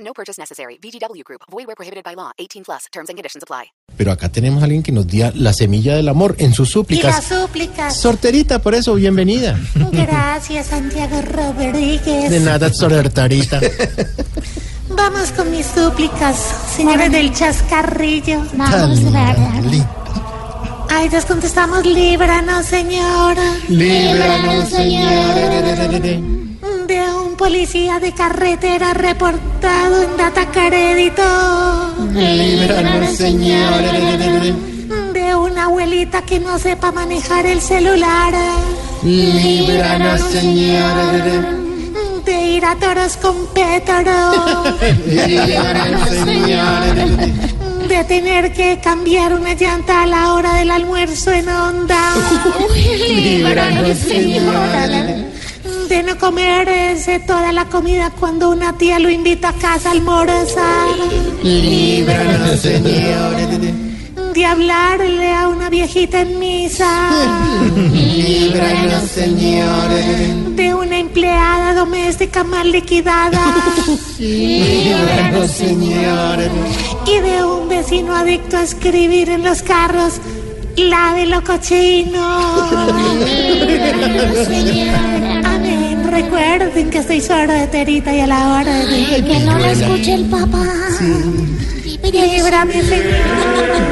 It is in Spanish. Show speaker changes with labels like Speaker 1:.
Speaker 1: No purchase necessary. VGW Group. Void where prohibited by law. 18 plus. Terms and conditions apply.
Speaker 2: Pero acá tenemos a alguien que nos día la semilla del amor en sus
Speaker 3: Y las
Speaker 2: súplicas.
Speaker 3: súplicas.
Speaker 2: Sorterita, por eso, bienvenida.
Speaker 3: Gracias, Santiago Rodríguez.
Speaker 2: De nada, sorterita.
Speaker 3: Vamos con mis súplicas, señores del chascarrillo.
Speaker 2: Tan
Speaker 3: verdad.
Speaker 2: linda.
Speaker 3: Ay, nos contestamos, líbranos, señora,
Speaker 2: Líbranos, Señor.
Speaker 3: de un policía de carretera reportado en data crédito,
Speaker 2: Líbranos, Señor.
Speaker 3: de una abuelita que no sepa manejar el celular,
Speaker 2: Líbranos, Señor.
Speaker 3: de ir a toros con pétalos.
Speaker 2: Líbranos, Señor.
Speaker 3: de tener que cambiar una llanta a la hora del almuerzo en onda,
Speaker 2: Líbranos, Señor.
Speaker 3: de no comerse toda la comida cuando una tía lo invita a casa a almorzar,
Speaker 2: Líbranos, Señor.
Speaker 3: de hablarle a una viejita en misa,
Speaker 2: Líbranos, Señor.
Speaker 3: de una empleada doméstica mal liquidada
Speaker 2: Líbranos, Señor.
Speaker 3: y de un vecino adicto a escribir en los carros. La de lo cochino. Amén. Recuerden que estoy sordeterita y a la hora de.
Speaker 2: Que no la
Speaker 3: Escuche el papá. Líbrame, Señor.